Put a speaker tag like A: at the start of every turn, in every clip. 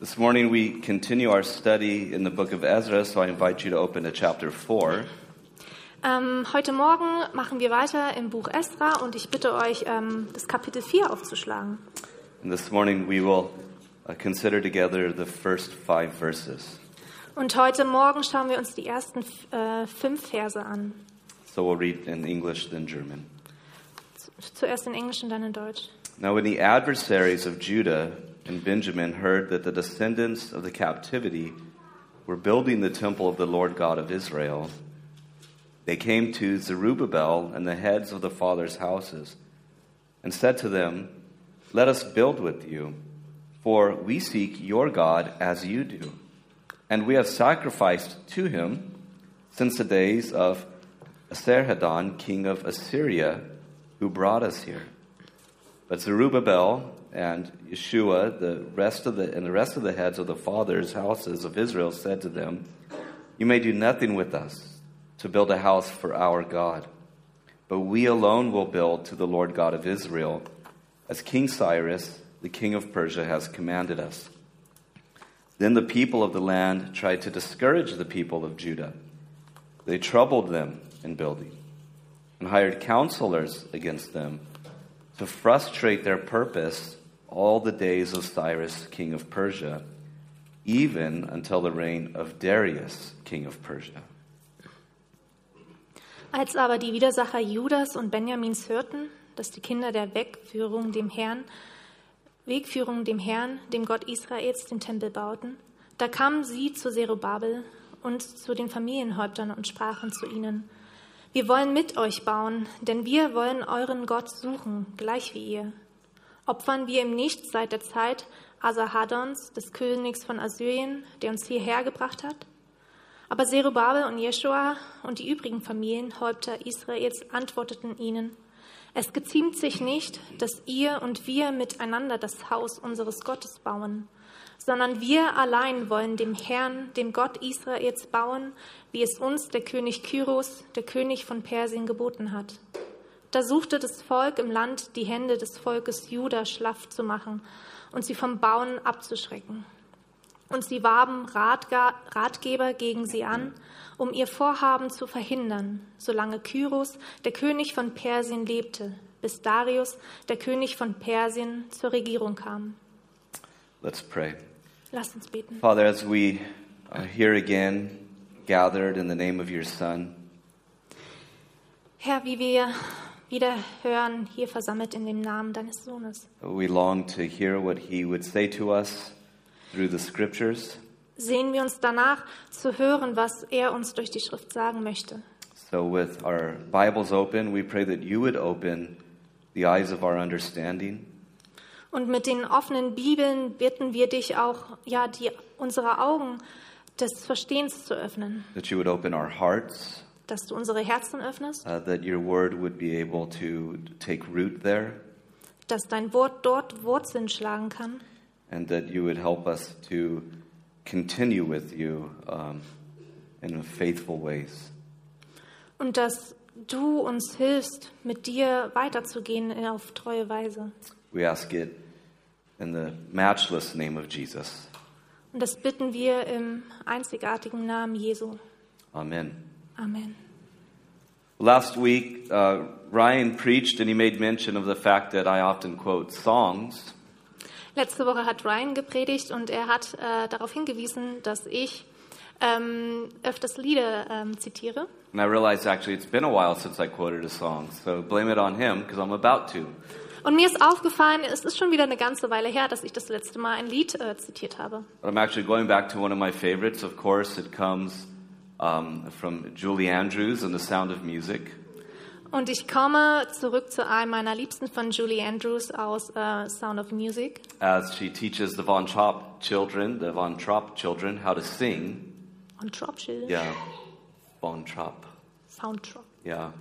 A: This morning we continue our study in the book of Ezra, so I invite you to open to chapter 4.
B: Ähm, heute Morgen machen wir weiter im Buch Esra und ich bitte euch, ähm, das Kapitel 4 aufzuschlagen.
A: And this morning we will uh, consider together the first five verses.
B: Und heute Morgen schauen wir uns die ersten äh, fünf Verse an.
A: So we'll read in English, then German.
B: Zu- Zuerst in Englisch und dann in Deutsch.
A: Now, when the adversaries of Judah and Benjamin heard that the descendants of the captivity were building the temple of the Lord God of Israel, they came to Zerubbabel and the heads of the fathers' houses and said to them, Let us build with you, for we seek your God as you do, and we have sacrificed to him since the days of Esarhaddon, king of Assyria, who brought us here. But Zerubbabel and Yeshua, the rest of the, and the rest of the heads of the fathers' houses of Israel, said to them, You may do nothing with us to build a house for our God, but we alone will build to the Lord God of Israel, as King Cyrus, the king of Persia, has commanded us. Then the people of the land tried to discourage the people of Judah. They troubled them in building and hired counselors against them to frustrate their purpose all the days of Cyrus, king of Persia, even until the reign of Darius, king of Persia.
B: Als aber die Widersacher Judas und Benjamins hörten, dass die Kinder der Wegführung dem Herrn, Wegführung dem Herrn, dem Gott Israels, den Tempel bauten, da kamen sie zu Zerubabel und zu den Familienhäuptern und sprachen zu ihnen, wir wollen mit euch bauen, denn wir wollen euren Gott suchen, gleich wie ihr. Opfern wir ihm nicht seit der Zeit Asahadons, des Königs von Assyrien, der uns hierher gebracht hat? Aber Zerubabel und Jeschua und die übrigen Familienhäupter Israels antworteten ihnen, es geziemt sich nicht, dass ihr und wir miteinander das Haus unseres Gottes bauen, sondern wir allein wollen dem Herrn, dem Gott Israels bauen, wie es uns der König Kyros, der König von Persien, geboten hat. Da suchte das Volk im Land, die Hände des Volkes Juda schlaff zu machen und sie vom Bauen abzuschrecken. Und sie warben Ratga Ratgeber gegen sie an, um ihr Vorhaben zu verhindern, solange Kyros, der König von Persien, lebte, bis Darius, der König von Persien, zur Regierung kam.
A: Let's pray.
B: Lasst uns beten.
A: Father, as we are here again, gathered in the name of your Son,
B: Herr, wie wir wieder hören, hier versammelt in dem Namen deines Sohnes,
A: we long to hear what he would say to us through the scriptures.
B: sehen wir uns danach zu hören, was er uns durch die Schrift sagen möchte.
A: So, with our Bibles open, we pray that you would open the eyes of our understanding.
B: Und mit den offenen Bibeln bitten wir dich auch, ja, die, unsere Augen des Verstehens zu öffnen,
A: that you would open our hearts,
B: dass du unsere Herzen öffnest,
A: uh, that your word would be able to take root there,
B: dass dein Wort dort Wurzeln schlagen kann
A: and that you would help us to continue with you um, in faithful ways.
B: und dass du uns hilfst, mit dir weiterzugehen auf treue Weise.
A: We ask it in the matchless name of Jesus.
B: Und das bitten wir im einzigartigen Namen Jesu.
A: Amen.
B: Amen.
A: Last week, uh, Ryan preached and he made mention of the fact that I often quote songs.
B: Letzte Woche hat Ryan gepredigt und er hat äh, darauf hingewiesen, dass ich ähm, öfters Lieder ähm, zitiere.
A: And I realized actually it's been a while since I quoted a song, so blame it on him because I'm about to.
B: Und mir ist aufgefallen, es ist schon wieder eine ganze Weile her, dass ich das letzte Mal ein Lied äh, zitiert habe.
A: But I'm actually going back to one of my favorites. Of course, it comes um, from Julie Andrews and The Sound of Music.
B: Und ich komme zurück zu einem meiner Liebsten von Julie Andrews aus äh, Sound of Music.
A: As she teaches the Von Trapp children, the Von Trapp children, how to sing.
B: Und Dropshill.
A: Yeah, Von Trapp.
B: Soundtrap.
A: Yeah,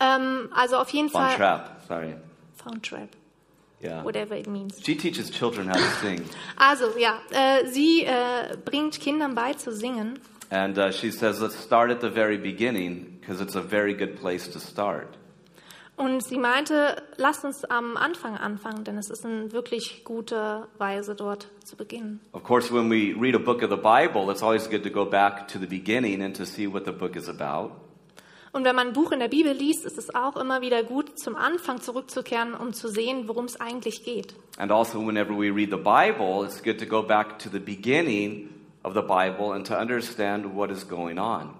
B: Ähm, also auf jeden
A: Von
B: Fall.
A: Trapp. Sorry.
B: Soundtrap.
A: Yeah.
B: Whatever it means.
A: She teaches children how to sing,
B: Also, ja, äh, sie äh, bringt Kindern bei zu singen.
A: and uh, she says, "Let's start at the very beginning because it's a very good place to start."
B: Und sie meinte, lasst uns am Anfang anfangen, denn es ist eine wirklich gute Weise, dort zu beginnen.
A: Of course, when we read a book of the Bible, it's always good to go back to the beginning and to see what the book is about.
B: Und wenn man ein Buch in der Bibel liest, ist es auch immer wieder gut, zum Anfang zurückzukehren, um zu sehen, worum es eigentlich geht.
A: And also, whenever we read the Bible, it's good to go back to the beginning of the Bible and to understand what is going on.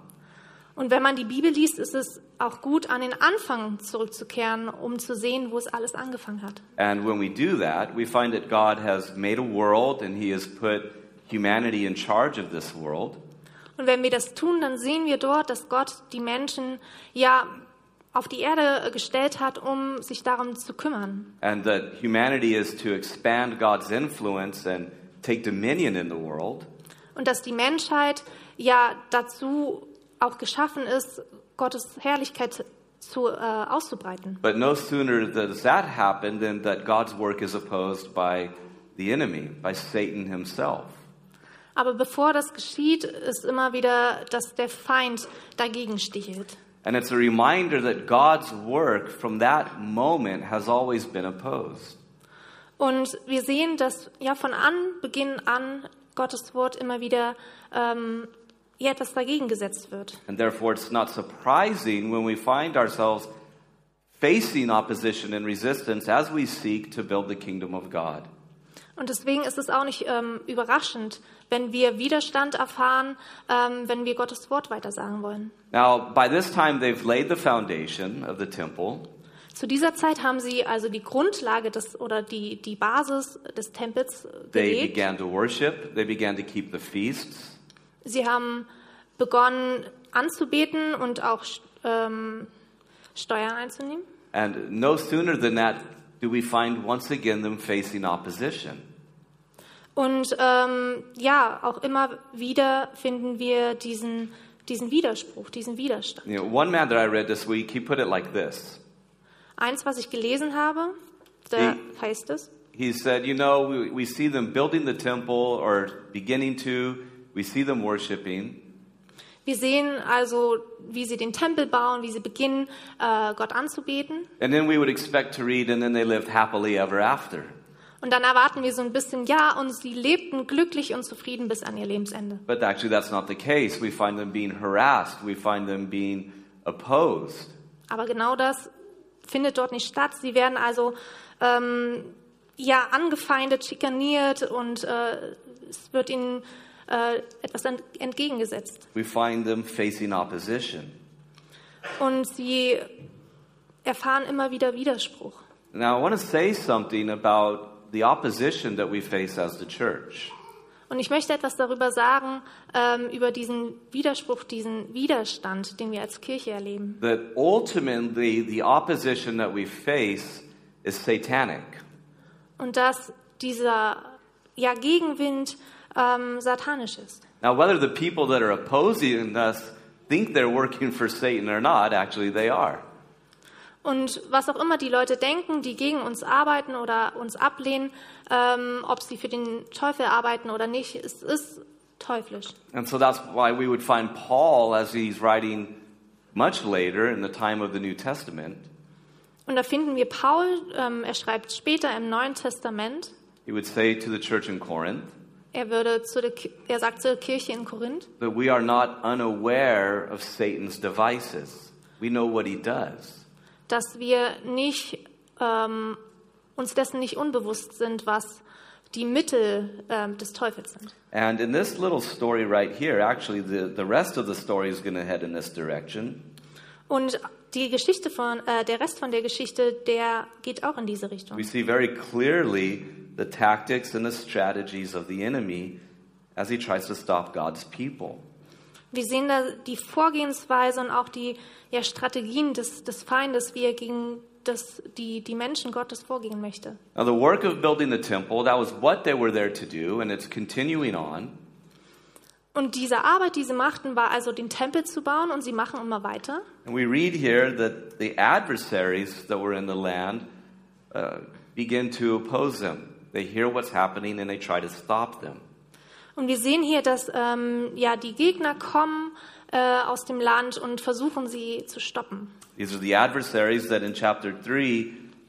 B: Und wenn man die Bibel liest, ist es auch gut, an den Anfang zurückzukehren, um zu sehen, wo es alles angefangen hat.
A: And when we do that, we find that God has made a world and He has put humanity in charge of this world.
B: Und wenn wir das tun, dann sehen wir dort, dass Gott die Menschen ja auf die Erde gestellt hat, um sich darum zu kümmern.
A: and that humanity is to expand God's influence and take dominion in the world,
B: Und dass die Menschheit ja dazu auch geschaffen ist, Gottes Herrlichkeit zu, äh, auszubreiten.
A: but no sooner does that happen than that God's work is opposed by the enemy, by Satan himself.
B: Aber bevor das geschieht, ist immer wieder, dass der Feind dagegen stichelt.
A: And it's a reminder that God's work from that moment has always been opposed.
B: Und wir sehen, dass ja von Anbeginn an Gottes Wort immer wieder ähm, ja, etwas dagegen gesetzt wird.
A: And therefore, it's not surprising when we find ourselves facing opposition and resistance as we seek to build the kingdom of God.
B: Und deswegen ist es auch nicht ähm, überraschend, wenn wir Widerstand erfahren, ähm, wenn wir Gottes Wort weitersagen wollen.
A: Now, by this time, they've laid the foundation of the temple.
B: Zu dieser Zeit haben sie also die Grundlage des, oder die, die Basis des Tempels
A: They
B: gelegt.
A: began to worship. They began to keep the feasts.
B: Sie haben begonnen anzubeten und auch ähm, Steuern einzunehmen.
A: And no sooner than that do we find once again them facing opposition.
B: Und ähm, ja, auch immer wieder finden wir diesen, diesen Widerspruch, diesen Widerstand.
A: You know, one man that I read this week, he put it like this.
B: Eins, was ich gelesen habe, da
A: Die-
B: heißt es,
A: He said, You know, we, we see them building the temple or beginning to, we see them worshiping,
B: wir sehen also, wie sie den Tempel bauen, wie sie beginnen, äh, Gott anzubeten.
A: and then we would expect to read, and then they lived happily ever after.
B: Und dann erwarten wir so ein bisschen, ja, und sie lebten glücklich und zufrieden bis an ihr Lebensende.
A: But actually, that's not the case. We find them being harassed, we find them being opposed.
B: Aber genau das findet dort nicht statt. Sie werden also ähm, ja angefeindet, schikaniert und äh, es wird ihnen äh, etwas ent entgegengesetzt.
A: We find them facing opposition.
B: Und sie erfahren immer wieder Widerspruch.
A: Now, I want to say something about the opposition that we face as the church.
B: Und ich möchte etwas darüber sagen, ähm, über diesen Widerspruch, diesen Widerstand, den wir als Kirche erleben.
A: That ultimately, the opposition that we face is satanic.
B: Und dass dieser ja, Gegenwind ähm, satanisch ist.
A: Now, whether the people that are opposing us think they're working for Satan or not, actually they are.
B: Und was auch immer die Leute denken, die gegen uns arbeiten oder uns ablehnen, ähm, ob sie für den Teufel arbeiten oder nicht, es ist teuflisch.
A: And so that's why we would find Paul, as he's writing much later in the time of the New Testament,
B: Und da finden wir Paul, ähm, er schreibt später im Neuen Testament,
A: he would say to the church in Corinth
B: er, würde zu der, Ki- er sagt zur Kirche in Korinth,
A: that we are not unaware of Satan's devices, we know what he does.
B: dass wir nicht, ähm, uns dessen nicht unbewusst sind, was die Mittel ähm, des Teufels sind.
A: And in this little story right here, actually, the, the rest of the story is going to head in this direction.
B: Und die Geschichte von, äh, der Rest von der Geschichte, der geht auch in diese Richtung.
A: We see very clearly the tactics and the strategies of the enemy as he tries to stop God's people.
B: Wir sehen da die Vorgehensweise und auch die ja, Strategien des, des Feindes, wie er gegen das, die, die Menschen Gottes vorgehen möchte.
A: Now, the work of building the temple, that was what they were there to do, and it's continuing on.
B: Und diese Arbeit, die sie machten, war also, den Tempel zu bauen und sie machen immer weiter.
A: And we read here that the adversaries that were in the land uh, begin to oppose them. They hear what's happening and they try to stop them.
B: Und wir sehen hier, dass ähm, ja, die Gegner kommen äh, aus dem Land und versuchen sie zu stoppen.
A: These are the adversaries that in chapter 3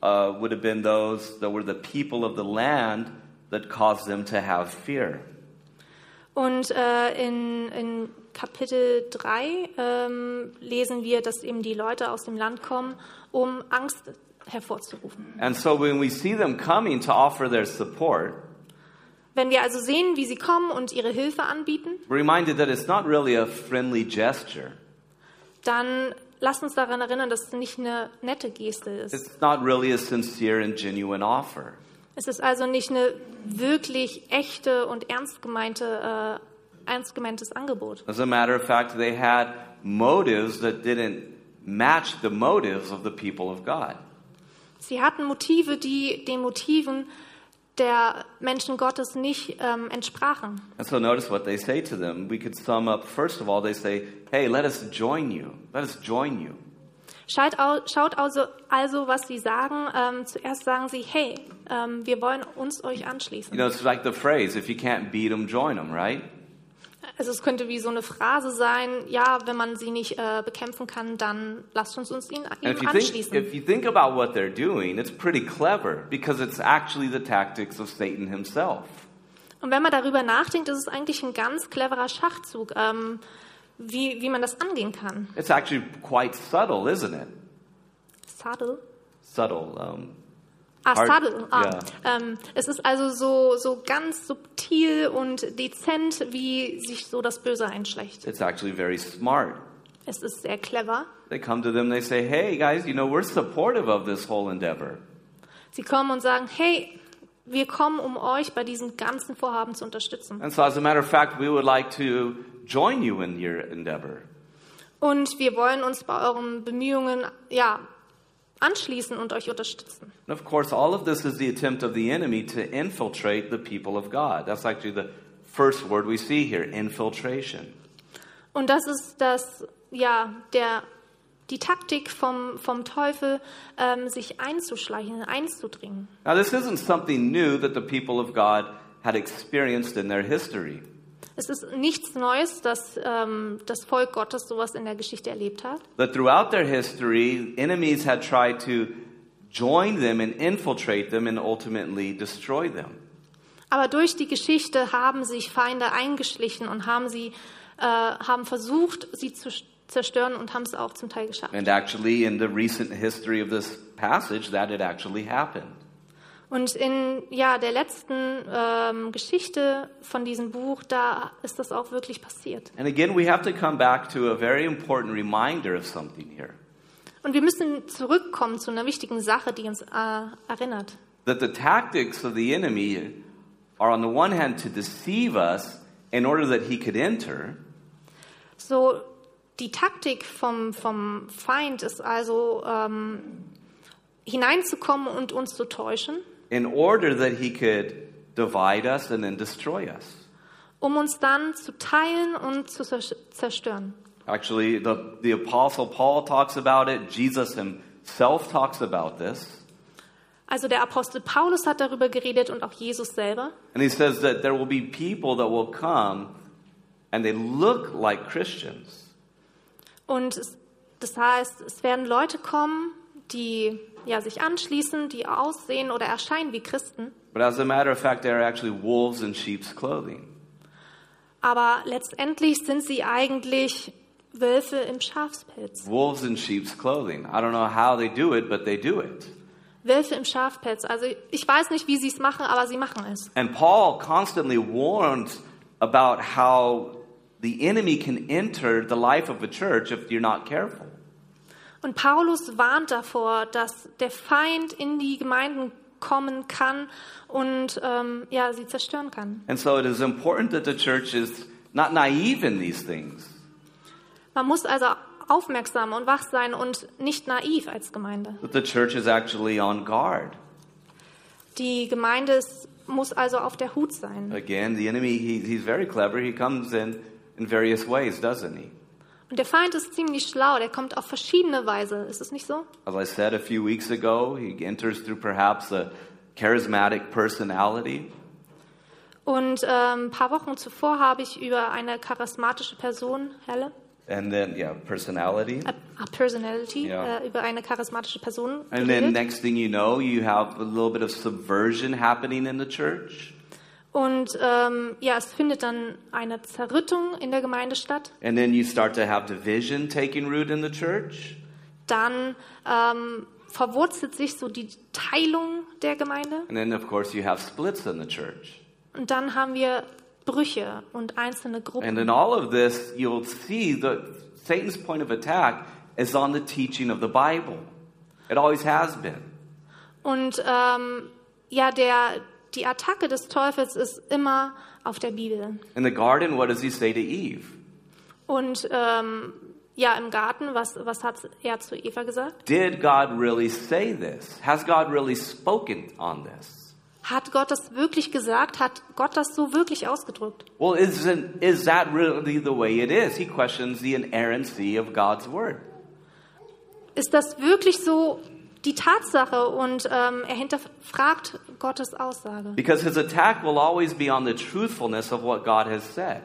A: uh, would have been those that were the people of the land that caused them to have fear.
B: Und äh, in, in Kapitel 3 ähm, lesen wir, dass eben die Leute aus dem Land kommen, um Angst hervorzurufen.
A: And so when we see them coming to offer their support,
B: Wenn wir also sehen, wie sie kommen und ihre Hilfe anbieten,
A: we're reminded that it's not really a friendly gesture.
B: dann lasst uns daran erinnern, dass es nicht eine nette Geste ist.
A: It's not really a sincere and genuine offer.
B: Es ist also nicht eine wirklich echte und ernst gemeinte, äh, ernst gemeintes Angebot.
A: As a matter of fact, they had motives that didn't match the motives of the people of God.
B: Sie hatten Motive, die den Motiven der Menschen Gottes nicht ähm, entsprachen.
A: And so notice what they say to them. We could sum up first of all, they say, Hey, let us join you. Let us join you.
B: Schaut, au, schaut also, also, was sie sagen. Ähm, zuerst sagen sie, hey, ähm, wir wollen uns euch
A: You
B: anschließen.
A: know, it's like the phrase, if you can't beat 'em, join 'em, right?
B: Also es könnte wie so eine Phrase sein, ja, wenn man sie nicht äh, bekämpfen kann, dann lasst uns uns ihnen,
A: And if
B: ihnen
A: you, think,
B: anschließen.
A: if you think about what they're doing, it's pretty clever because it's actually the tactics of Satan himself.
B: Und wenn man darüber nachdenkt, ist es eigentlich ein ganz cleverer Schachzug, ähm, wie, wie man das angehen kann.
A: It's actually quite subtle, isn't it?
B: Subtle.
A: Subtle. Um,
B: Ah,
A: Hard-
B: subtle. Ah, ähm, es ist also so, so ganz subtil und dezent, wie sich so das Böse einschleicht.
A: it's actually very smart.
B: Es ist sehr clever.
A: They come to them, they say, Hey, guys, you know, we're supportive of this whole endeavor.
B: Sie kommen und sagen, hey, wir kommen, um euch bei diesem ganzen Vorhaben zu unterstützen.
A: And so, as a matter of fact, we would like to join you in your endeavor.
B: Und wir wollen uns bei euren Bemühungen ja, anschließen und euch unterstützen.
A: And of course, all of this is the attempt of the enemy to infiltrate the people of God. That's actually the first word we see here infiltration.
B: Und das ist das, ja, der, die Taktik vom, vom Teufel, ähm, sich einzuschleichen, einzudringen.
A: Now, this isn't something new that the people of God had experienced in their history.
B: Es ist nichts Neues, dass ähm, das Volk Gottes sowas in der Geschichte erlebt hat.
A: But throughout their history, enemies had tried to join them and infiltrate them and ultimately destroy them.
B: Aber durch die Geschichte haben sich Feinde eingeschlichen und haben sie äh, haben versucht, sie zu sch- zerstören und haben es auch zum Teil geschafft.
A: And actually, in the recent history of this passage, that had actually happened.
B: Und in ja der letzten ähm, Geschichte von diesem Buch, da ist das auch wirklich passiert.
A: And again, we have to come back to a very important reminder of something here
B: Und wir müssen zurückkommen zu einer wichtigen Sache, die uns äh, erinnert.
A: that the tactics of the enemy are, on the one hand, to deceive us in order that he could enter,
B: So die Taktik vom vom Feind ist also ähm, hineinzukommen und uns zu täuschen,
A: in order that he could divide us and then destroy us.
B: um uns dann zu teilen und zu zersch- zerstören.
A: Actually, the, the Apostle Paul talks about it, Jesus himself talks about this.
B: Also der Apostel Paulus hat darüber geredet und auch Jesus selber.
A: And he says that there will be people that will come and they look like Christians,
B: Und es, das heißt, es werden Leute kommen, die ja, sich anschließen, die aussehen oder erscheinen wie Christen,
A: but as a matter of fact, they are actually wolves in sheep's clothing.
B: aber letztendlich sind sie eigentlich Wölfe im Schafspelz.
A: Wolves in sheep's clothing. I don't know how they do it, but they do it.
B: Wölfe im Schafpelz. Also ich weiß nicht, wie sie es machen, aber sie machen es.
A: And Paul constantly warns about how the enemy can enter the life of a church if you're not careful.
B: Und Paulus warnt davor, dass der Feind in die Gemeinden kommen kann und ähm, ja, sie zerstören kann.
A: And so it is important that the church is not naive in these things.
B: Man muss also aufmerksam und wach sein und nicht naiv als Gemeinde.
A: that the church is actually on guard.
B: Die Gemeinde ist, muss also auf der Hut sein.
A: Again, the enemy, he, he's very clever. He comes in in various ways, doesn't he?
B: Und der Feind ist ziemlich schlau, der kommt auf verschiedene Weise, ist es nicht so?
A: As I said a few weeks ago, he enters through perhaps a charismatic personality.
B: Und ähm, ein paar Wochen zuvor habe ich über eine charismatische Person, Helle,
A: and then yeah, personality.
B: a, a Personality,
A: Ja.
B: äh, über eine charismatische Person
A: And then
B: geredet.
A: next thing you know, you have a little bit of subversion happening in the church.
B: Und ähm, ja, es findet dann eine Zerrüttung in der Gemeinde statt.
A: And then you start to have division taking root in the church.
B: Dann ähm, verwurzelt sich so die Teilung der Gemeinde.
A: And then, of course, you have splits in the church.
B: Und dann haben wir Brüche und einzelne Gruppen.
A: And in all of this, you'll see that Satan's point of attack is on the teaching of the Bible. It always has been.
B: Und ähm, ja, der, die Attacke des Teufels ist immer auf der Bibel.
A: In the garden, what does he say to Eve?
B: Und ähm, ja, im Garten, was, was hat er zu Eva gesagt?
A: Did God really say this? Has God really spoken on this?
B: Hat Gott das wirklich gesagt? Hat Gott das so wirklich ausgedrückt?
A: Well, isn't, is that really the way it is? He questions the inerrancy of God's word.
B: Ist das wirklich so die Tatsache? Und ähm, er hinterfragt Gottes Aussage.
A: Because his attack will always be on the truthfulness of what God has said.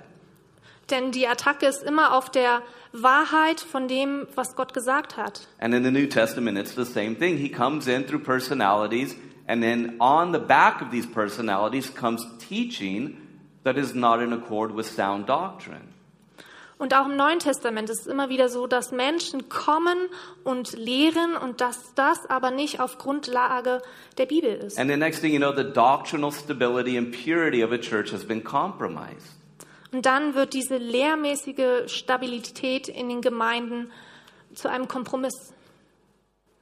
B: Denn die Attacke ist immer auf der Wahrheit von dem, was Gott gesagt hat.
A: And in the New Testament, it's the same thing. He comes in through personalities, and then on the back of these personalities comes teaching that is not in accord with sound doctrine.
B: Und auch im Neuen Testament ist es immer wieder so, dass Menschen kommen und lehren und dass das aber nicht auf Grundlage der Bibel ist.
A: And the next thing you know, the doctrinal stability and purity of a church has been compromised.
B: Und dann wird diese lehrmäßige Stabilität in den Gemeinden zu einem Kompromiss.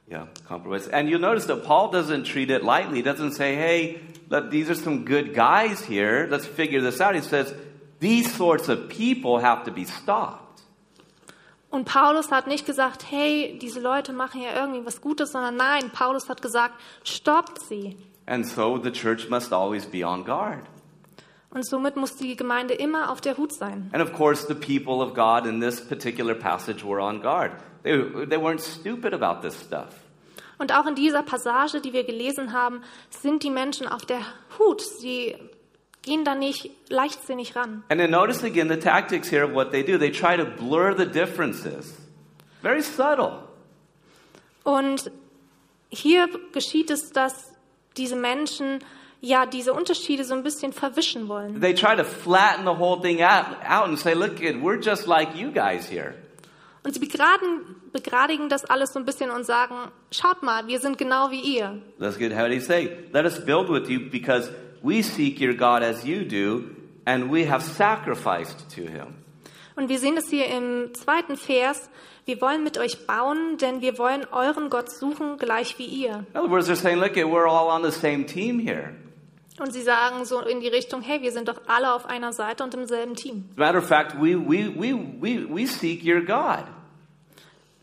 A: Yeah, compromised. And you'll notice that Paul doesn't treat it lightly. He doesn't say, hey, look, these are some good guys here. Let's figure this out. He says, these sorts of people have to be stopped.
B: Und Paulus hat nicht gesagt, hey, diese Leute machen ja irgendwie was Gutes, sondern nein, Paulus hat gesagt, stoppt sie.
A: And so the church must always be on guard.
B: Und somit muss die Gemeinde immer auf der Hut sein.
A: And of course, the people of God in this particular passage were on guard. They, they weren't stupid about this stuff.
B: Und auch in dieser Passage, die wir gelesen haben, sind die Menschen auf der Hut. Sie gehen da nicht leichtsinnig ran.
A: And then notice again the tactics here of what they do. They try to blur the differences. Very subtle.
B: Und hier geschieht es, dass diese Menschen ja diese Unterschiede so ein bisschen verwischen wollen.
A: They try to flatten the whole thing out, out and say, look, it- we're just like you guys here.
B: Und sie begradigen, begradigen das alles so ein bisschen und sagen, schaut mal, wir sind genau wie ihr.
A: Let's get, how do you say? Let us build with you because we seek your God as you do, and we have sacrificed to him.
B: Und wir sehen das hier im zweiten Vers. Wir wollen mit euch bauen, denn wir wollen euren Gott suchen, gleich wie ihr.
A: In other words, they're saying, look, we're all on the same team here.
B: Und sie sagen so in die Richtung, hey, wir sind doch alle auf einer Seite und im selben Team.
A: As a matter of fact, we, we, we, we, we seek your God.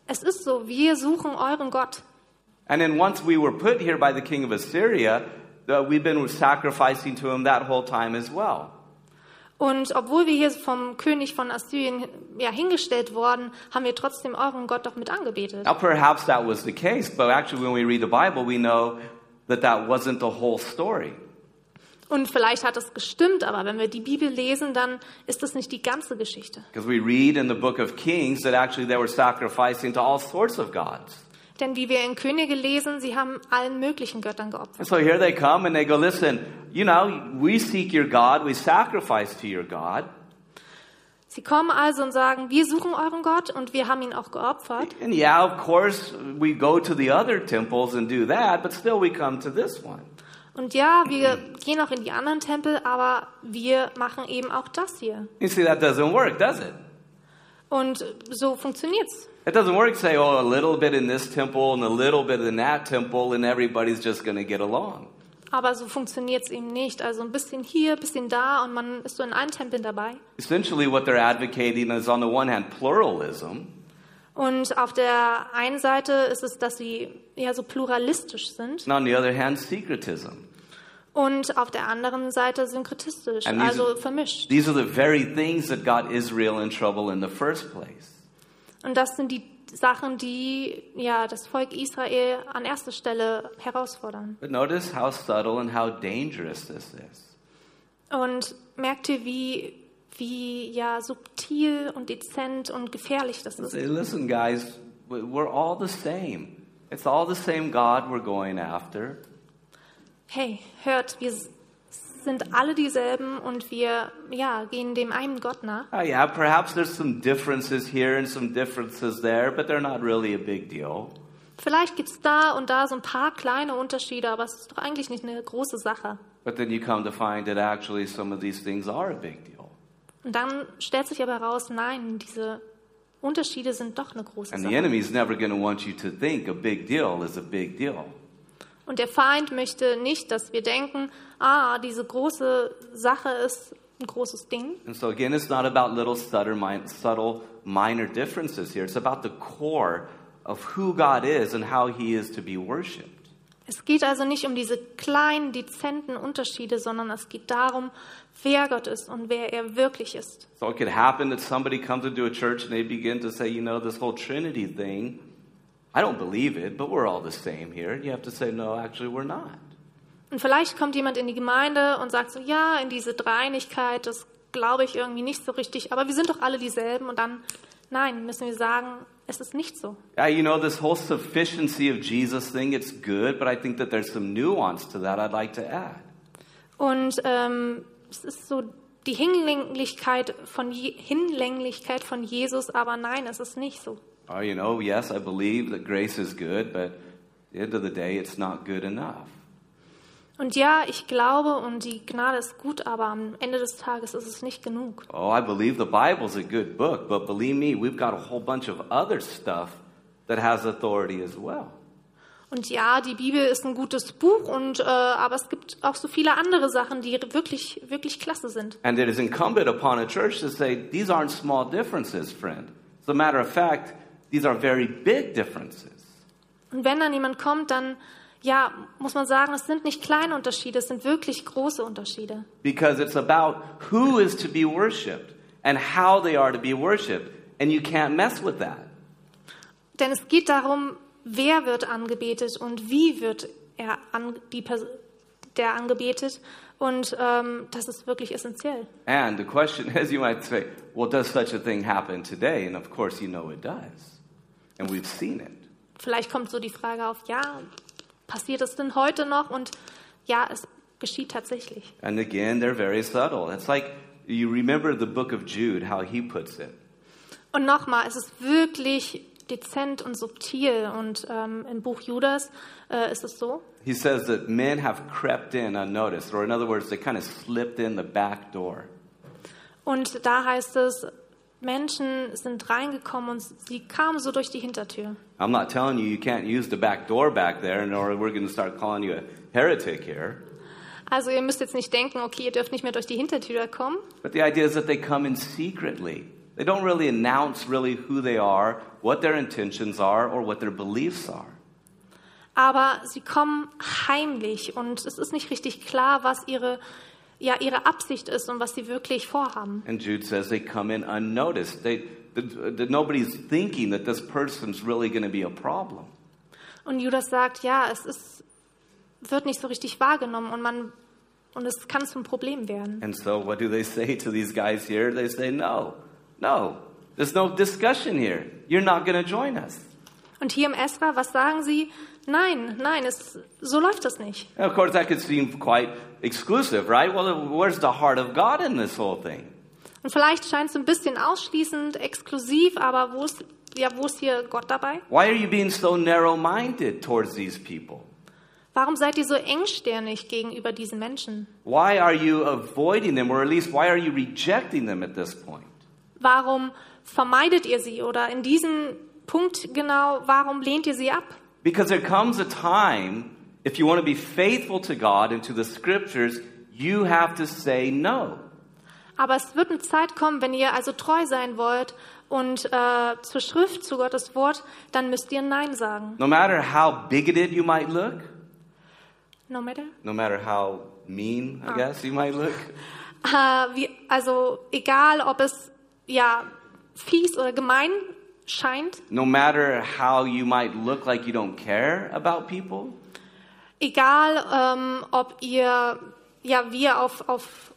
B: Es ist so, wir suchen euren Gott.
A: And then once we were put here by the king of Assyria, uh, we've been sacrificing to him that whole time as well.
B: Und obwohl wir hier vom König von Assyrien ja, hingestellt wurden, haben wir trotzdem euren Gott doch mit angebetet.
A: Now, perhaps that was the case, but actually, when we read the Bible, we know that that wasn't the whole story.
B: Und vielleicht hat es gestimmt, aber wenn wir die Bibel lesen, dann ist das nicht die ganze Geschichte.
A: Because we read in the book of Kings that actually they were sacrificing to all sorts of gods.
B: Denn wie wir in Könige lesen, sie haben allen möglichen Göttern geopfert.
A: And so here they come and they go, listen, you know, we seek your God, we sacrifice to your God.
B: Sie kommen also und sagen, wir suchen euren Gott und wir haben ihn auch geopfert.
A: And yeah, of course, we go to the other temples and do that, but still we come to this one.
B: Und ja, wir gehen auch in die anderen Tempel, aber wir machen eben auch das hier.
A: You see, that doesn't work, does it?
B: Und so funktioniert's.
A: It doesn't work to say, oh, a little bit in this temple and a little bit in that temple, and everybody's just going to get along.
B: Aber so funktioniert's eben nicht. Also ein bisschen hier, ein bisschen da und man ist so in allen Tempeln dabei.
A: Essentially, what they're advocating is, on the one hand, pluralism,
B: Und auf der einen Seite ist es, dass sie ja so pluralistisch sind
A: and on the other hand, secretism.
B: und auf der anderen Seite synkretistisch,
A: And these
B: also
A: are-
B: vermischt.
A: These are the very things that got Israel in trouble in the first place.
B: Und das sind die Sachen, die ja das Volk Israel an erster Stelle herausfordern.
A: But notice how subtle and how dangerous this is.
B: Und merkte, wie, wie ja, subtil und dezent und gefährlich das ist.
A: Say, listen, guys, we- we're all the same. It's all the same God we're going after.
B: Hey, hört, wir s- sind alle dieselben und wir ja, gehen dem einen Gott nach.
A: Oh, yeah, perhaps there's some differences here and some differences there, but they're not really a big deal.
B: Vielleicht gibt's da und da so ein paar kleine Unterschiede, aber es ist doch eigentlich nicht eine große Sache.
A: But then you come to find that actually some of these things are a big deal.
B: Und dann stellt sich aber heraus, nein, diese Unterschiede sind doch eine große
A: And the
B: Sache.
A: enemy's never going to want you to think a big deal is a big deal.
B: Und der Feind möchte nicht, dass wir denken, ah, diese große Sache ist ein großes Ding.
A: And so again, it's not about little subtle, min- subtle minor differences here. It's about the core of who God is and how he is to be worshiped.
B: Es geht also nicht um diese kleinen, dezenten Unterschiede, sondern es geht darum, wer Gott ist und wer er wirklich ist.
A: So it could happen that somebody comes into a church and they begin to say, you know, this whole Trinity thing, I don't believe it, but we're all the same here. And you have to say, no, actually, we're not.
B: Und vielleicht kommt jemand in die Gemeinde und sagt so, ja, in diese Dreieinigkeit, das glaube ich irgendwie nicht so richtig, aber wir sind doch alle dieselben. Und dann, nein, müssen wir sagen, es ist nicht so.
A: Yeah, Uh, you know, this whole sufficiency of Jesus thing, it's good, but I think that there's some nuance to that I'd like to add.
B: Und ähm, es ist so die Hinlänglichkeit von, Je Hinlänglichkeit von Jesus, aber nein, es ist nicht so.
A: Oh, you know, yes, I believe that grace is good, but at the end of the day, it's not good enough.
B: Und ja, ich glaube und die Gnade ist gut, aber am Ende des Tages ist es nicht genug.
A: Oh, I believe the Bible's a good book, but believe me, we've got a whole bunch of other stuff that has authority as well.
B: Und ja, die Bibel ist ein gutes Buch, und äh, aber es gibt auch so viele andere Sachen, die wirklich, wirklich klasse sind.
A: And it is incumbent upon a church to say, these aren't small differences, friend. As a matter of fact, these are very big differences.
B: Und wenn dann jemand kommt, dann ja, muss man sagen, es sind nicht kleine Unterschiede, es sind wirklich große Unterschiede.
A: Because it's about who is to be worshiped and how they are to be worshiped. And you can't mess with that.
B: Denn es geht darum, wer wird angebetet und wie wird er an, die Pers der angebetet. Und ähm, das ist wirklich essentiell.
A: And the question is, you might say, well, does such a thing happen today? And of course, you know it does. And we've seen it.
B: Vielleicht kommt so die Frage auf, ja, passiert es denn heute noch? Und ja, es geschieht tatsächlich.
A: And again, they're very subtle. It's like you remember the book of Jude, how he puts it.
B: Und nochmal, es ist wirklich dezent und subtil. Und ähm, im Buch Judas äh, ist es so.
A: He says that men have crept in unnoticed, or in other words, they kind of slipped in the back door.
B: Und da heißt es, Menschen sind reingekommen und sie kamen so durch die Hintertür.
A: I'm not telling you you can't use the back door back there, or we're going to start calling you a heretic here.
B: Also ihr müsst jetzt nicht denken, okay, ihr dürft nicht mehr durch die Hintertür kommen.
A: But the idea is that they come in secretly. They don't really announce really who they are, what their intentions are, or what their beliefs are.
B: Aber sie kommen heimlich und es ist nicht richtig klar, was ihre, ja, ihre Absicht ist und was sie wirklich vorhaben.
A: And Jude says they come in unnoticed. They, that, that nobody's thinking that this person's really going to be a problem.
B: Und Judas sagt, ja, es ist, wird nicht so richtig wahrgenommen und, man, und es kann zum Problem werden.
A: And so, what do they say to these guys here? They say, No, no, there's no discussion here. You're not going to join us.
B: Und hier im Esra, was sagen sie? Nein, nein, es, so läuft das nicht.
A: And of course, that could seem quite exclusive, right? Well, where's the heart of God in this whole thing?
B: Und vielleicht scheint es ein bisschen ausschließend, exklusiv, aber wo ist, ja, wo ist hier Gott dabei?
A: Why are you being so narrow minded towards these people?
B: Warum seid ihr so engstirnig gegenüber diesen Menschen?
A: Why are you avoiding them, or at least why are you rejecting them at this point?
B: Warum vermeidet ihr sie? Oder in diesem Punkt genau, warum lehnt ihr sie ab?
A: Because there comes a time, if you want to be faithful to God and to the scriptures, you have to say no.
B: Aber es wird eine Zeit kommen, wenn ihr also treu sein wollt und äh, zur Schrift, zu Gottes Wort, dann müsst ihr Nein sagen.
A: No matter how bigoted you might look,
B: No matter.
A: no matter how mean, I guess, you might look,
B: Äh, wie, also egal, ob es ja fies oder gemein scheint,
A: no matter how you might look like you don't care about people,
B: egal, ähm, ob ihr ja wir auf auf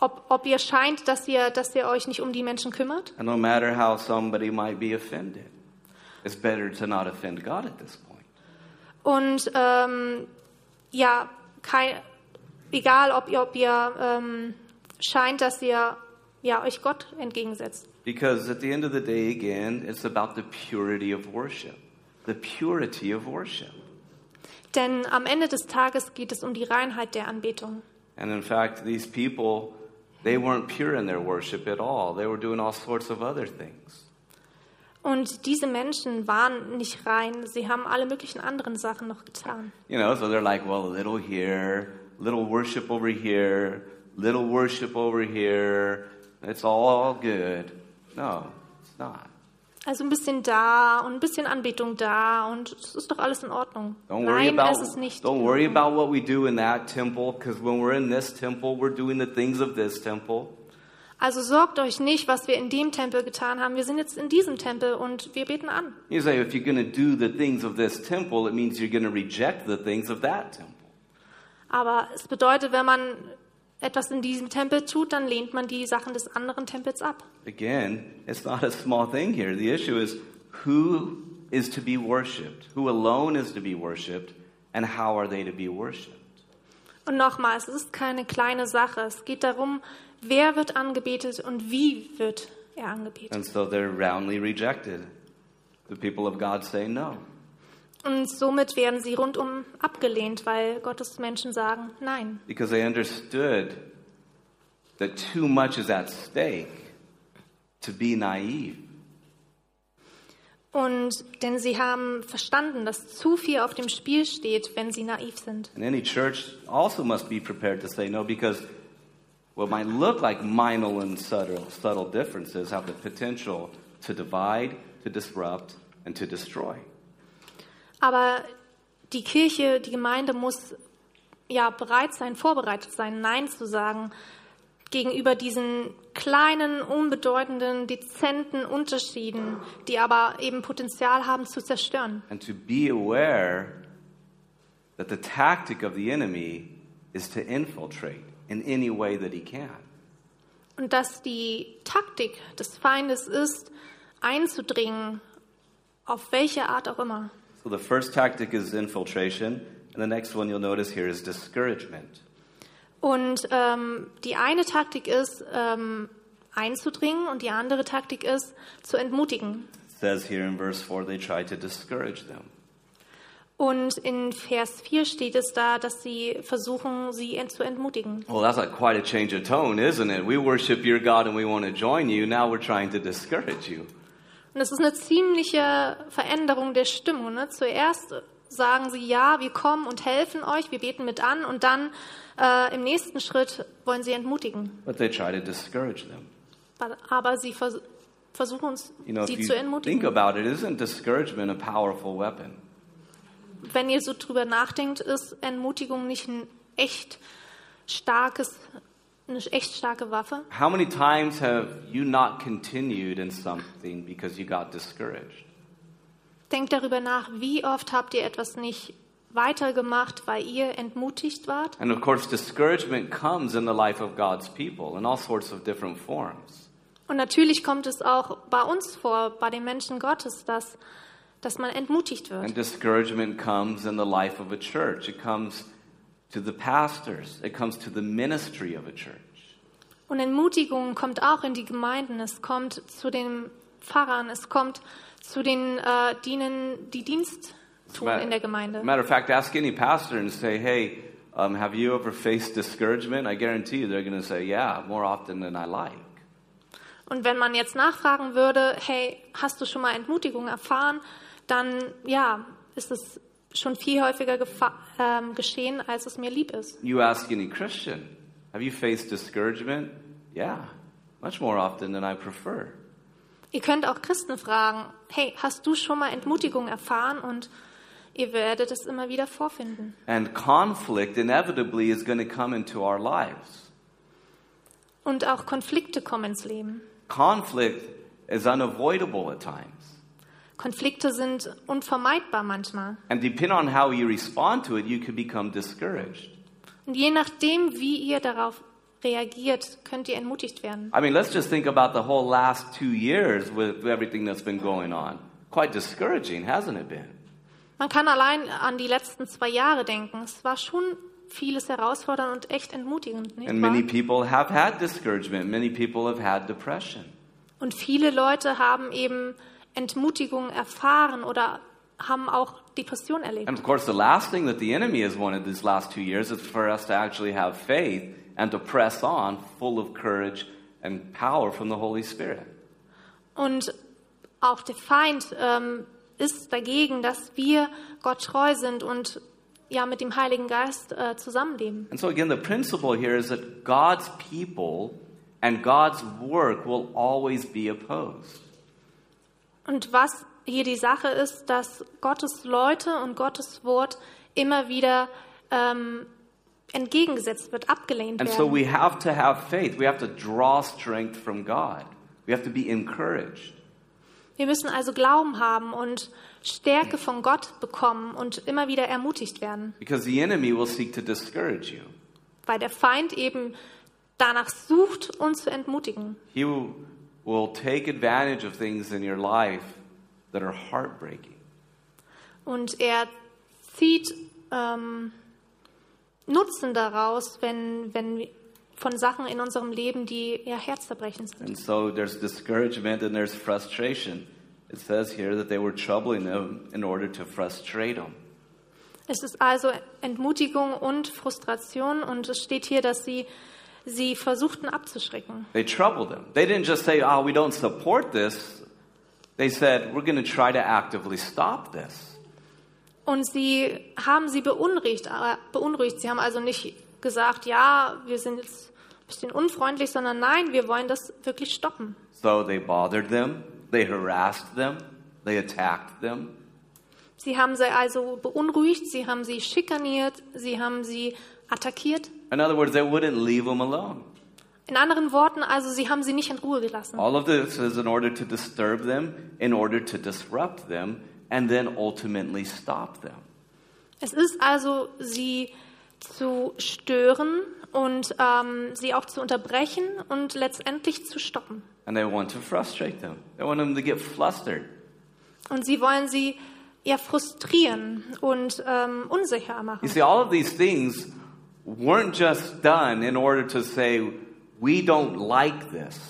B: ob, ob ihr scheint, dass ihr, dass ihr euch nicht um die Menschen kümmert.
A: And no matter how somebody might be offended, it's better to not offend God at this point.
B: Und ähm, ja, kein, egal, ob ihr, ob ihr ähm, scheint, dass ihr ja, euch Gott entgegensetzt.
A: Because at the end of the day, again, it's about the purity of worship. The purity of worship.
B: Denn am Ende des Tages geht es um die Reinheit der Anbetung.
A: And in fact, these people, they weren't pure in their worship at all. They were doing all sorts of other things.
B: Und diese Menschen waren nicht rein, sie haben alle möglichen anderen Sachen noch getan.
A: You know, so they're like, well, a little here, little worship over here, little worship over here. It's all good. No, it's not.
B: Also ein bisschen da und ein bisschen Anbetung da und es ist doch alles in Ordnung.
A: Don't worry
B: Nein,
A: about
B: das ist nicht.
A: don't worry about what we do in that temple because when we're in this temple, we're doing the things of this temple.
B: Also sorgt euch nicht, was wir in dem Tempel getan haben. Wir sind jetzt in diesem Tempel und wir beten an.
A: You say if you're going to do the things of this temple, it means you're going to reject the things of that temple.
B: Aber es bedeutet, wenn man etwas in diesem Tempel tut, dann lehnt man die Sachen des anderen Tempels ab.
A: Again, it's not a small thing here. The issue is who is to be worshipped, who alone is to be worshipped, and how are they to be worshipped?
B: Und nochmals, es ist keine kleine Sache. Es geht darum, wer wird angebetet und wie wird er angebetet.
A: And so they're roundly rejected. The people of God say no.
B: Und somit werden sie rundum abgelehnt, weil Gottes Menschen sagen Nein.
A: because they understood that too much is at stake to be naive.
B: Und denn sie haben verstanden, dass zu viel auf dem Spiel steht, wenn sie naiv sind.
A: And any church also must be prepared to say no because what might look like minor and subtle, subtle differences have the potential to divide, to disrupt, and to destroy.
B: Aber die Kirche, die Gemeinde muss ja bereit sein, vorbereitet sein, Nein zu sagen gegenüber diesen kleinen, unbedeutenden, dezenten Unterschieden, die aber eben Potenzial haben zu zerstören.
A: And to be aware that the tactic of the enemy is to infiltrate in any way that he can.
B: Und dass die Taktik des Feindes ist, einzudringen, auf welche Art auch immer.
A: So the first tactic is infiltration, and the next one you'll notice here is discouragement.
B: Und ähm, die eine Taktik ist, ähm, einzudringen und die andere Taktik ist, zu entmutigen.
A: It says here in verse 4 they tried to discourage them.
B: Und in Vers 4 steht es da, dass sie versuchen, sie ent- zu entmutigen.
A: Well, that's like quite a change of tone, isn't it? We worship your God and we want to join you. Now we're trying to discourage you.
B: Und das ist eine ziemliche Veränderung der Stimmung. Ne? Zuerst sagen sie, ja, wir kommen und helfen euch, wir beten mit an. Und dann äh, im nächsten Schritt wollen sie entmutigen.
A: But they try to discourage them.
B: Aber- Aber sie vers versuchen uns,
A: You know, if
B: sie
A: you
B: zu
A: think
B: entmutigen.
A: about it, isn't discouragement a powerful weapon?
B: Wenn ihr so drüber nachdenkt, ist Entmutigung nicht ein echt starkes, eine echt starke Waffe?
A: How many times have you not continued in something because you got discouraged?
B: Denkt darüber nach, wie oft habt ihr etwas nicht weitergemacht, weil ihr entmutigt wart?
A: And of course, discouragement comes in the life of God's people in all sorts of different forms.
B: Und natürlich kommt es auch bei uns vor, bei den Menschen Gottes, dass, dass man entmutigt
A: And
B: wird.
A: discouragement comes in the life of a church. It comes to the pastors. It comes to the ministry of a church.
B: Und Entmutigung kommt auch in die Gemeinden, es kommt zu den Pfarrern, es kommt zu den äh, Dienen, die Dienst tun in der Gemeinde.
A: Matter of fact, ask any pastor and say, hey, um, have you ever faced discouragement? I guarantee you they're going to say, yeah, more often than I like.
B: Und wenn man jetzt nachfragen würde, hey, hast du schon mal Entmutigung erfahren, dann ja, ist es schon viel häufiger gefa- ähm, geschehen, als es mir lieb ist.
A: You ask any Christian, have you faced discouragement? Yeah, much more often than I prefer.
B: Ihr könnt auch Christen fragen, hey, hast du schon mal Entmutigung erfahren? Und ihr werdet es immer wieder vorfinden.
A: And conflict inevitably is going to come into our lives.
B: Und auch Konflikte kommen ins Leben.
A: Conflict is unavoidable at times.
B: Konflikte sind unvermeidbar manchmal.
A: And depending on how you respond to it, you could become discouraged.
B: Und je nachdem, wie ihr darauf reagiert, könnt ihr entmutigt werden.
A: I mean, let's just think about the whole last two years with everything that's been going on. Quite discouraging, hasn't it been?
B: Man kann allein an die letzten zwei Jahre denken. Es war schon vieles herausfordernd und echt entmutigend. Nicht
A: And many
B: wahr?
A: people have had discouragement. Many people have had depression.
B: Und viele Leute haben eben Entmutigung erfahren oder haben auch Depression erlebt.
A: And of course, the last thing that the enemy has wanted these last two years is for us to actually have faith and to press on full of courage and power from the Holy Spirit.
B: Und auch der Feind ähm, ist dagegen, dass wir Gott treu sind und ja mit dem Heiligen Geist äh, zusammenleben.
A: And so, again, the principle here is that God's people and God's work will always be opposed.
B: Und was hier die Sache ist, dass Gottes Leute und Gottes Wort immer wieder ähm, entgegengesetzt wird, abgelehnt
A: And
B: werden.
A: so, we have to have faith. We have to draw strength from God. We have to be encouraged.
B: wir müssen also Glauben haben und Stärke von Gott bekommen und immer wieder ermutigt werden,
A: Because the enemy will seek to discourage you.
B: weil der Feind eben danach sucht, uns zu entmutigen.
A: He will, will take advantage of things in your life that are heartbreaking.
B: Und er zieht ähm, Nutzen daraus, wenn, wenn wir- von Sachen in unserem Leben, die ja herzzerbrechend sind.
A: And so there's discouragement and there's frustration. It says here that they were troubling him in order to frustrate him.
B: Es ist also Entmutigung und Frustration und es steht hier, dass sie sie versuchten abzuschrecken.
A: They troubled him. They didn't just say, oh, we don't support this. They said, we're going to try to actively stop this.
B: Und sie haben sie beunruhigt, äh, beunruhigt. Sie haben also nicht gesagt, ja, wir sind jetzt ein bisschen unfreundlich, sondern nein, wir wollen das wirklich stoppen.
A: So they bothered them, they harassed them, they attacked them.
B: Sie haben sie also beunruhigt, sie haben sie schikaniert, sie haben sie attackiert.
A: In other words, they wouldn't leave him alone.
B: In anderen Worten, also sie haben sie nicht in Ruhe gelassen.
A: All of this is in order to disturb them, in order to disrupt them, and then ultimately stop them.
B: Es ist also, sie zu stören und ähm, sie auch zu unterbrechen und letztendlich zu stoppen.
A: And they want to frustrate them. They want them to get flustered.
B: Und sie wollen sie ja frustrieren und ähm, unsicher
A: You
B: machen.
A: see, all of these things weren't just done in order to say, we don't like this.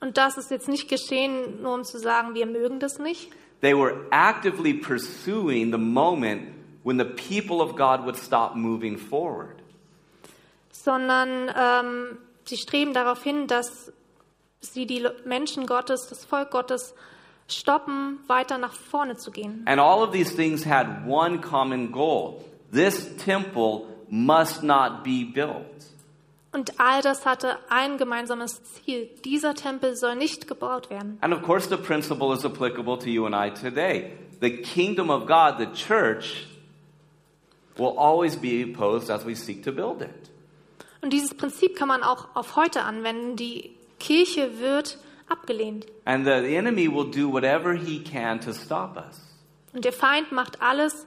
B: Und das ist jetzt nicht geschehen, nur um zu sagen, wir mögen das nicht,
A: They were actively pursuing the moment when the people of God would stop moving forward.
B: sondern ähm, sie streben darauf hin, dass sie die Le- Menschen Gottes, das Volk Gottes stoppen, weiter nach vorne zu gehen.
A: And all of these things had one common goal this temple must not be built.
B: Und all das hatte ein gemeinsames Ziel. Dieser Tempel soll nicht gebaut werden.
A: And of course, the principle is applicable to you and I today. The kingdom of God, the church, will always be opposed as we seek to build it.
B: Und dieses Prinzip kann man auch auf heute anwenden. Die Kirche wird abgelehnt.
A: And the enemy will do whatever he can to stop us.
B: Und der Feind macht alles,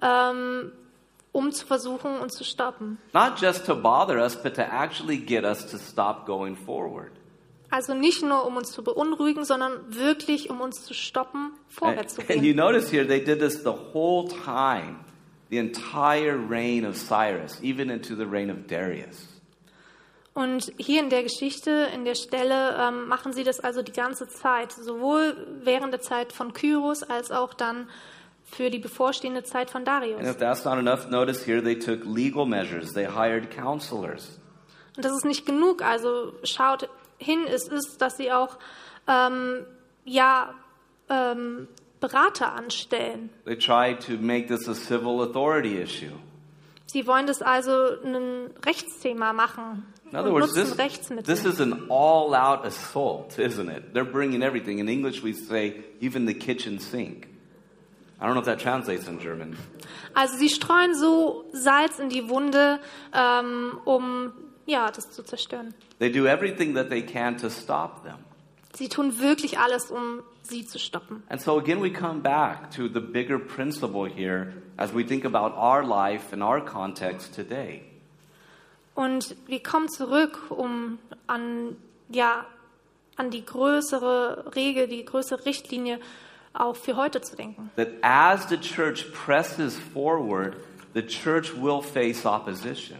B: ähm, um zu versuchen und zu stoppen.
A: Not just to bother us, but to actually get us to stop going forward.
B: Also nicht nur, um uns zu beunruhigen, sondern wirklich, um uns zu stoppen,
A: And,
B: vorwärts zu
A: and you
B: gehen.
A: notice here, they did this the whole time, the entire reign of Cyrus, even into the reign of Darius.
B: Und hier in der Geschichte, in der Stelle, ähm, machen sie das also die ganze Zeit, sowohl während der Zeit von Kyros als auch dann für die bevorstehende Zeit von
A: And
B: Darius.
A: if that's not enough, notice here they took legal measures, they hired counselors.
B: Und das ist nicht genug. Also schaut hin, es ist, dass sie auch ähm, ja ähm, Berater anstellen.
A: They tried to make this a civil authority issue.
B: Sie wollen das also ein Rechtsthema machen.
A: In other
B: und
A: words,
B: nutzen
A: this,
B: Rechtsmittel.
A: this is an all out assault, isn't it? They're bringing everything. In English, we say even the kitchen sink. I don't know if that translates in German.
B: also sie streuen so Salz in die Wunde, ähm, um ja das zu zerstören.
A: They do everything that they can to stop them.
B: Sie tun wirklich alles, um sie zu stoppen.
A: And so, again, we come back to the bigger principle here as we think about our life and our context today.
B: Und wir kommen zurück, um an, ja, an die größere Regel, die größere Richtlinie auch für heute zu denken.
A: That as the church presses forward, the church will face opposition.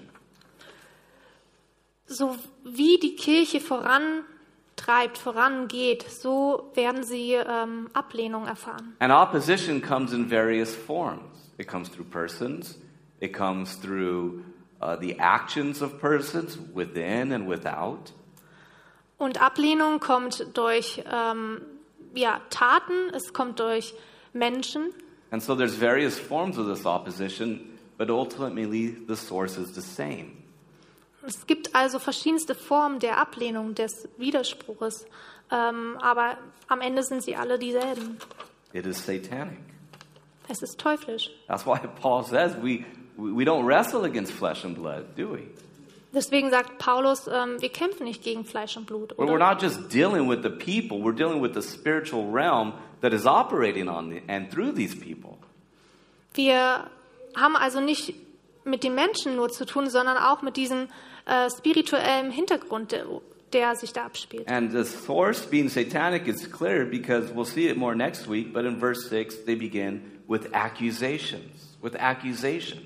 B: So wie die Kirche vorantreibt, vorangeht, so werden sie ähm, Ablehnung erfahren.
A: And opposition comes in various forms. It comes through persons, it comes through uh, the actions of persons within and without.
B: Und Ablehnung kommt durch ähm, ja, Taten, es kommt durch Menschen.
A: And so there's various forms of this opposition, but ultimately the source is the same.
B: Es gibt also verschiedenste Formen der Ablehnung, des Widerspruches, ähm, aber am Ende sind sie alle dieselben.
A: It is satanic.
B: Es ist teuflisch.
A: That's why Paul says we, we we don't wrestle against flesh and blood, do we?
B: Deswegen sagt Paulus, ähm, wir kämpfen nicht gegen Fleisch und Blut.
A: Well, we're
B: Oder?
A: not just dealing with the people, we're dealing with the spiritual realm that is operating on the, and through these people.
B: Wir haben also nicht mit den Menschen nur zu tun, sondern auch mit diesem äh, spirituellen Hintergrund, der, der sich da abspielt.
A: And the source being satanic is clear because we'll see it more next week, but in verse 6, they begin with accusations. With accusations.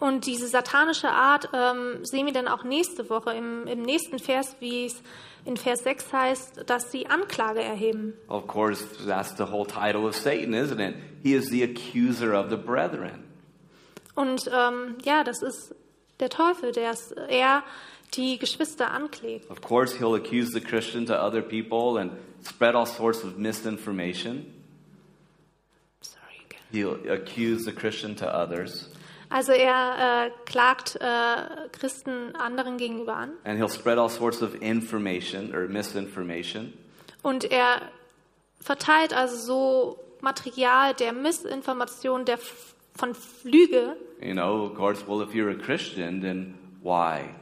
B: Und diese satanische Art ähm, sehen wir dann auch nächste Woche im, im nächsten Vers, wie es in Vers 6 heißt, dass sie Anklage erheben.
A: Of course, that's the whole title of Satan, isn't it? He is the accuser of the brethren.
B: Und ähm, ja, das ist der Teufel, der es- er die Geschwister anklagt.
A: Of course, he'll accuse the Christian to other people and spread all sorts of misinformation.
B: Sorry, again.
A: He'll accuse the Christian to others.
B: Also er äh, klagt äh, Christen anderen gegenüber an
A: And he'll spread all sorts of information or misinformation.
B: und er verteilt also so Material der Missinformation, der F- von Lüge.
A: You know, of course, well, if you're a Christian, then why?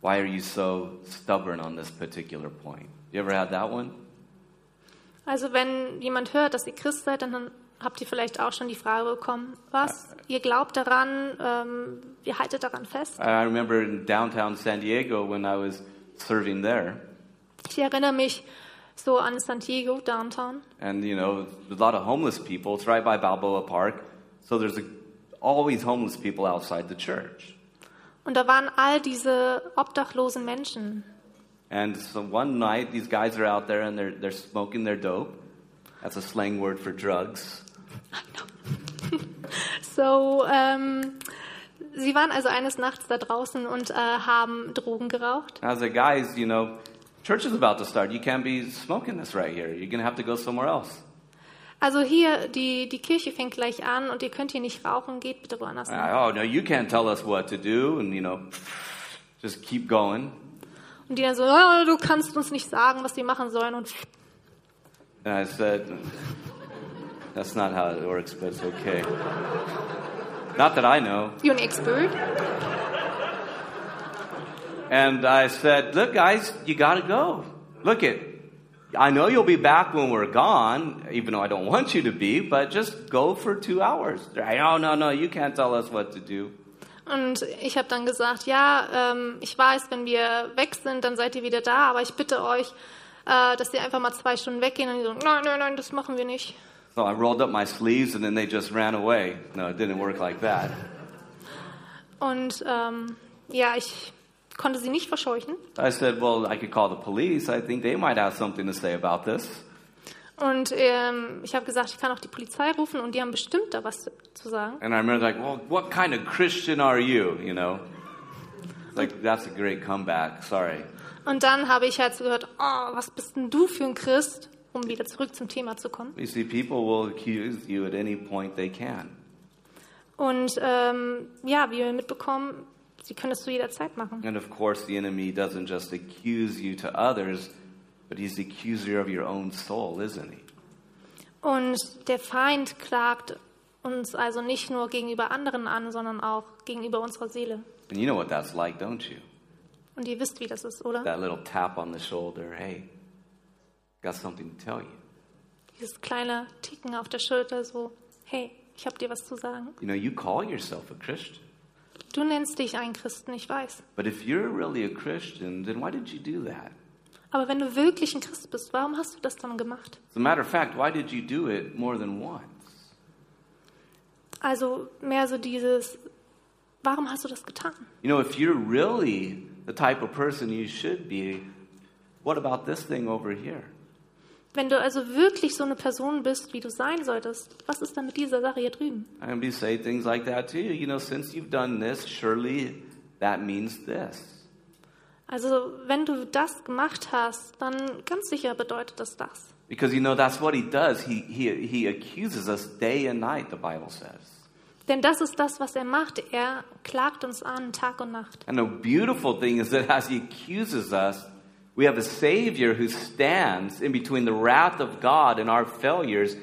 A: Why are you so stubborn on this particular point? You ever had that one?
B: Also wenn jemand hört, dass ihr Christ seid, dann habt ihr vielleicht auch schon die Frage bekommen, was ihr glaubt daran, ähm, ihr haltet daran fest.
A: I I remember in downtown San Diego when I was serving there,
B: Ich erinnere mich so an San Diego Downtown.
A: and you know, there's a lot of homeless people. It's right by Balboa Park, so there's a, always homeless people outside the church.
B: Und da waren all diese obdachlosen Menschen.
A: And so one night, these guys are out there and they're they're smoking their dope. That's a slang word for drugs.
B: So, ähm, sie waren also eines Nachts da draußen und äh, haben Drogen geraucht.
A: And I was like, guys, you know, church is about to start. You can't be smoking this right here. You're going to have to go somewhere else.
B: Also hier, die, die Kirche fängt gleich an und ihr könnt hier nicht rauchen, geht bitte woanders
A: And
B: hin.
A: I, oh, no, you can't tell us what to do. And, you know, just keep going.
B: Und die dann so, "Ah, du kannst uns nicht sagen, was wir machen sollen. Und
A: And I said, that's not how it works, but it's okay. Not that I know.
B: you're an expert.
A: And I said, look, guys, you got to go. Look it. I know you'll be back when we're gone, even though I don't want you to be, but just go for two hours. They're like, Oh, no, no, you can't tell us what to do.
B: Und ich habe dann gesagt, ja, ähm, ich weiß, wenn wir weg sind, dann seid ihr wieder da, aber ich bitte euch, äh, dass ihr einfach mal zwei Stunden weggehen. Und die so, nein, nein, nein, das machen wir nicht.
A: So I rolled up my sleeves and then they just ran away. No, it didn't work like that.
B: Und ähm, ja, ich konnte sie nicht verscheuchen.
A: I said, Well, I could call the police. I think they might have something to say about this.
B: Und ähm, ich habe gesagt, ich kann auch die Polizei rufen und die haben bestimmt da was zu sagen.
A: And I remember, like, Well, what kind of Christian are you? You know? It's Like, that's a great comeback. Sorry.
B: Und dann habe ich halt so gehört, oh, was bist denn du für ein Christ, um wieder zurück zum Thema zu kommen.
A: You see, people will accuse you at any point they can.
B: Und ähm, ja, wie wir mitbekommen, sie können es zu jeder Zeit machen.
A: And of course, the enemy doesn't just accuse you to others, but he's the accuser of your own soul, isn't he?
B: Und der Feind klagt uns also nicht nur gegenüber anderen an, sondern auch gegenüber unserer Seele.
A: And you know what that's like, don't you?
B: Und ihr wisst, wie das ist, oder?
A: That little tap on the shoulder. Hey, got something to tell you.
B: Dieses kleine Ticken auf der Schulter, so, hey, ich habe dir was zu sagen.
A: You know, you call yourself a Christian.
B: Du nennst dich einen Christen, ich weiß.
A: But if you're really a Christian, then why did you do that?
B: Aber wenn du wirklich ein Christ bist, warum hast du das dann gemacht?
A: As a matter of fact, why did you do it more than once?
B: Also mehr so dieses, warum hast du das getan?
A: You know, if you're really the type of person you should be, what about this thing over here?
B: Wenn du also wirklich so eine Person bist, wie du sein solltest, was ist dann mit dieser Sache hier drüben?
A: And we say things like that too. You know, since you've done this, surely that means this.
B: Also wenn du das gemacht hast, dann ganz sicher bedeutet das das.
A: Because you know that's what he does. He he he accuses us day and night, the Bible says.
B: Denn das ist das, was er macht. Er klagt uns an, Tag und Nacht.
A: And the beautiful thing is that as he accuses us, we have a savior who stands in between the wrath of God and our failures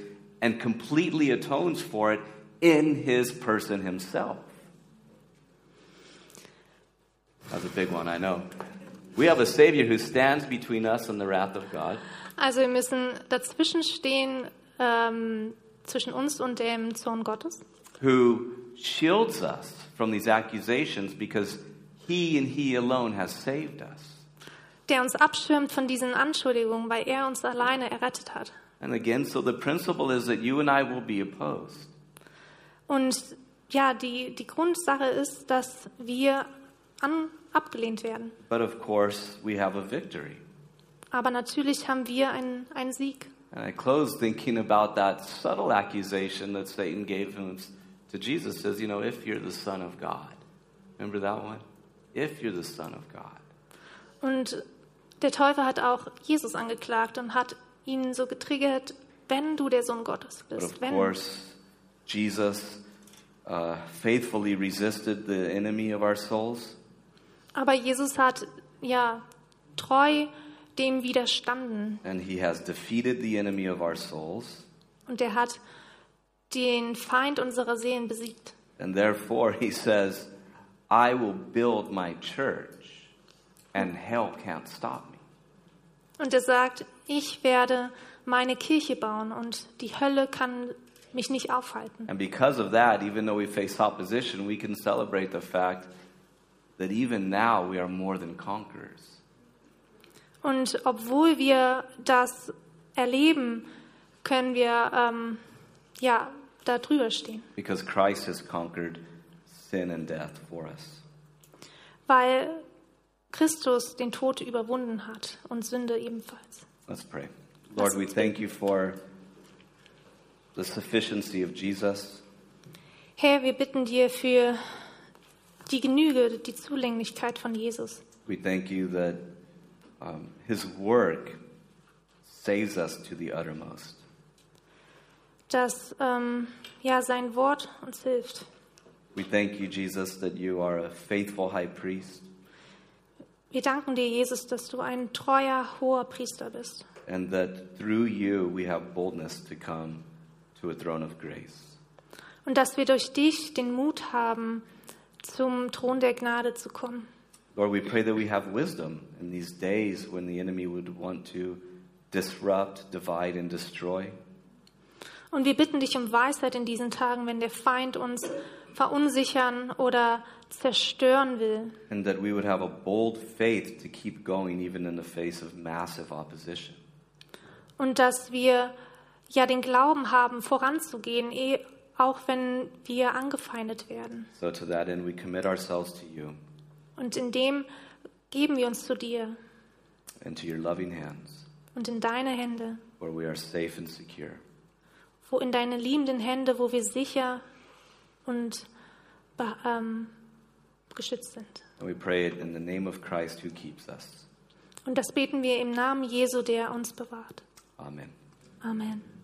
A: and completely atones for it in his person himself. That's a big one, I know. We have a savior who stands between us and the wrath of God.
B: Also wir müssen dazwischen stehen, ähm, zwischen uns und dem Zorn Gottes.
A: who shields us from these accusations because he and he alone has saved us.
B: der uns abschirmt von diesen Anschuldigungen, weil er uns alleine errettet hat.
A: And again, so the principle is that you and I will be opposed.
B: Und ja, die, die Grundsache ist, dass wir an, abgelehnt werden.
A: But of course, we have a victory.
B: Aber natürlich haben wir einen, einen Sieg.
A: And I close thinking about that subtle accusation that Satan gave him to Jesus says, you know, if you're the son of God. Remember that one? If you're the son of God.
B: Und der Teufel hat auch Jesus angeklagt und hat ihn so getriggert, wenn du der Sohn Gottes
A: But
B: bist.
A: of
B: Wenn.
A: course, Jesus uh, faithfully resisted the enemy of our souls.
B: Aber Jesus hat ja treu dem widerstanden
A: And he has defeated the enemy of our souls.
B: und er hat den Feind unserer Seelen besiegt.
A: And therefore, he says, I will build my church, and hell can't stop me.
B: Und er sagt, ich werde meine Kirche bauen und die Hölle kann mich nicht aufhalten.
A: And because of that, even though we face opposition, we can celebrate the fact that even now we are more than conquerors.
B: Und obwohl wir das erleben, können wir ähm, ja da drüber stehen,
A: Because Christ has conquered sin and death for us.
B: weil Christus den Tod überwunden hat und Sünde ebenfalls.
A: Let's pray. Lord, we thank you for the sufficiency of Jesus.
B: Herr, wir bitten dir für die Genüge, die Zulänglichkeit von Jesus.
A: We thank you that um, his work saves us to the uttermost.
B: dass ähm, ja sein Wort uns hilft.
A: We thank you, Jesus, that you are a faithful high priest
B: Wir danken dir, Jesus, dass du ein treuer, hoher Priester bist.
A: and that through you we have boldness to come to a throne of grace.
B: Und dass wir durch dich den Mut haben, zum Thron der Gnade zu kommen.
A: Lord, we pray that we have wisdom in these days when the enemy would want to disrupt, divide, and destroy.
B: Und wir bitten dich um Weisheit in diesen Tagen, wenn der Feind uns verunsichern oder zerstören will.
A: and that we would have a bold faith to keep going even in the face of massive opposition.
B: Und dass wir ja den Glauben haben, voranzugehen, eh, auch wenn wir angefeindet werden.
A: So, to that end, we commit ourselves to you
B: Und in dem geben wir uns zu dir
A: and to your loving hands,
B: und in deine Hände,
A: where we are safe and secure.
B: wo in deine liebenden Hände, wo wir sicher und be- ähm, geschützt sind.
A: And we pray it in the name of Christ who keeps us.
B: Und das beten wir im Namen Jesu, der uns bewahrt.
A: Amen.
B: Amen.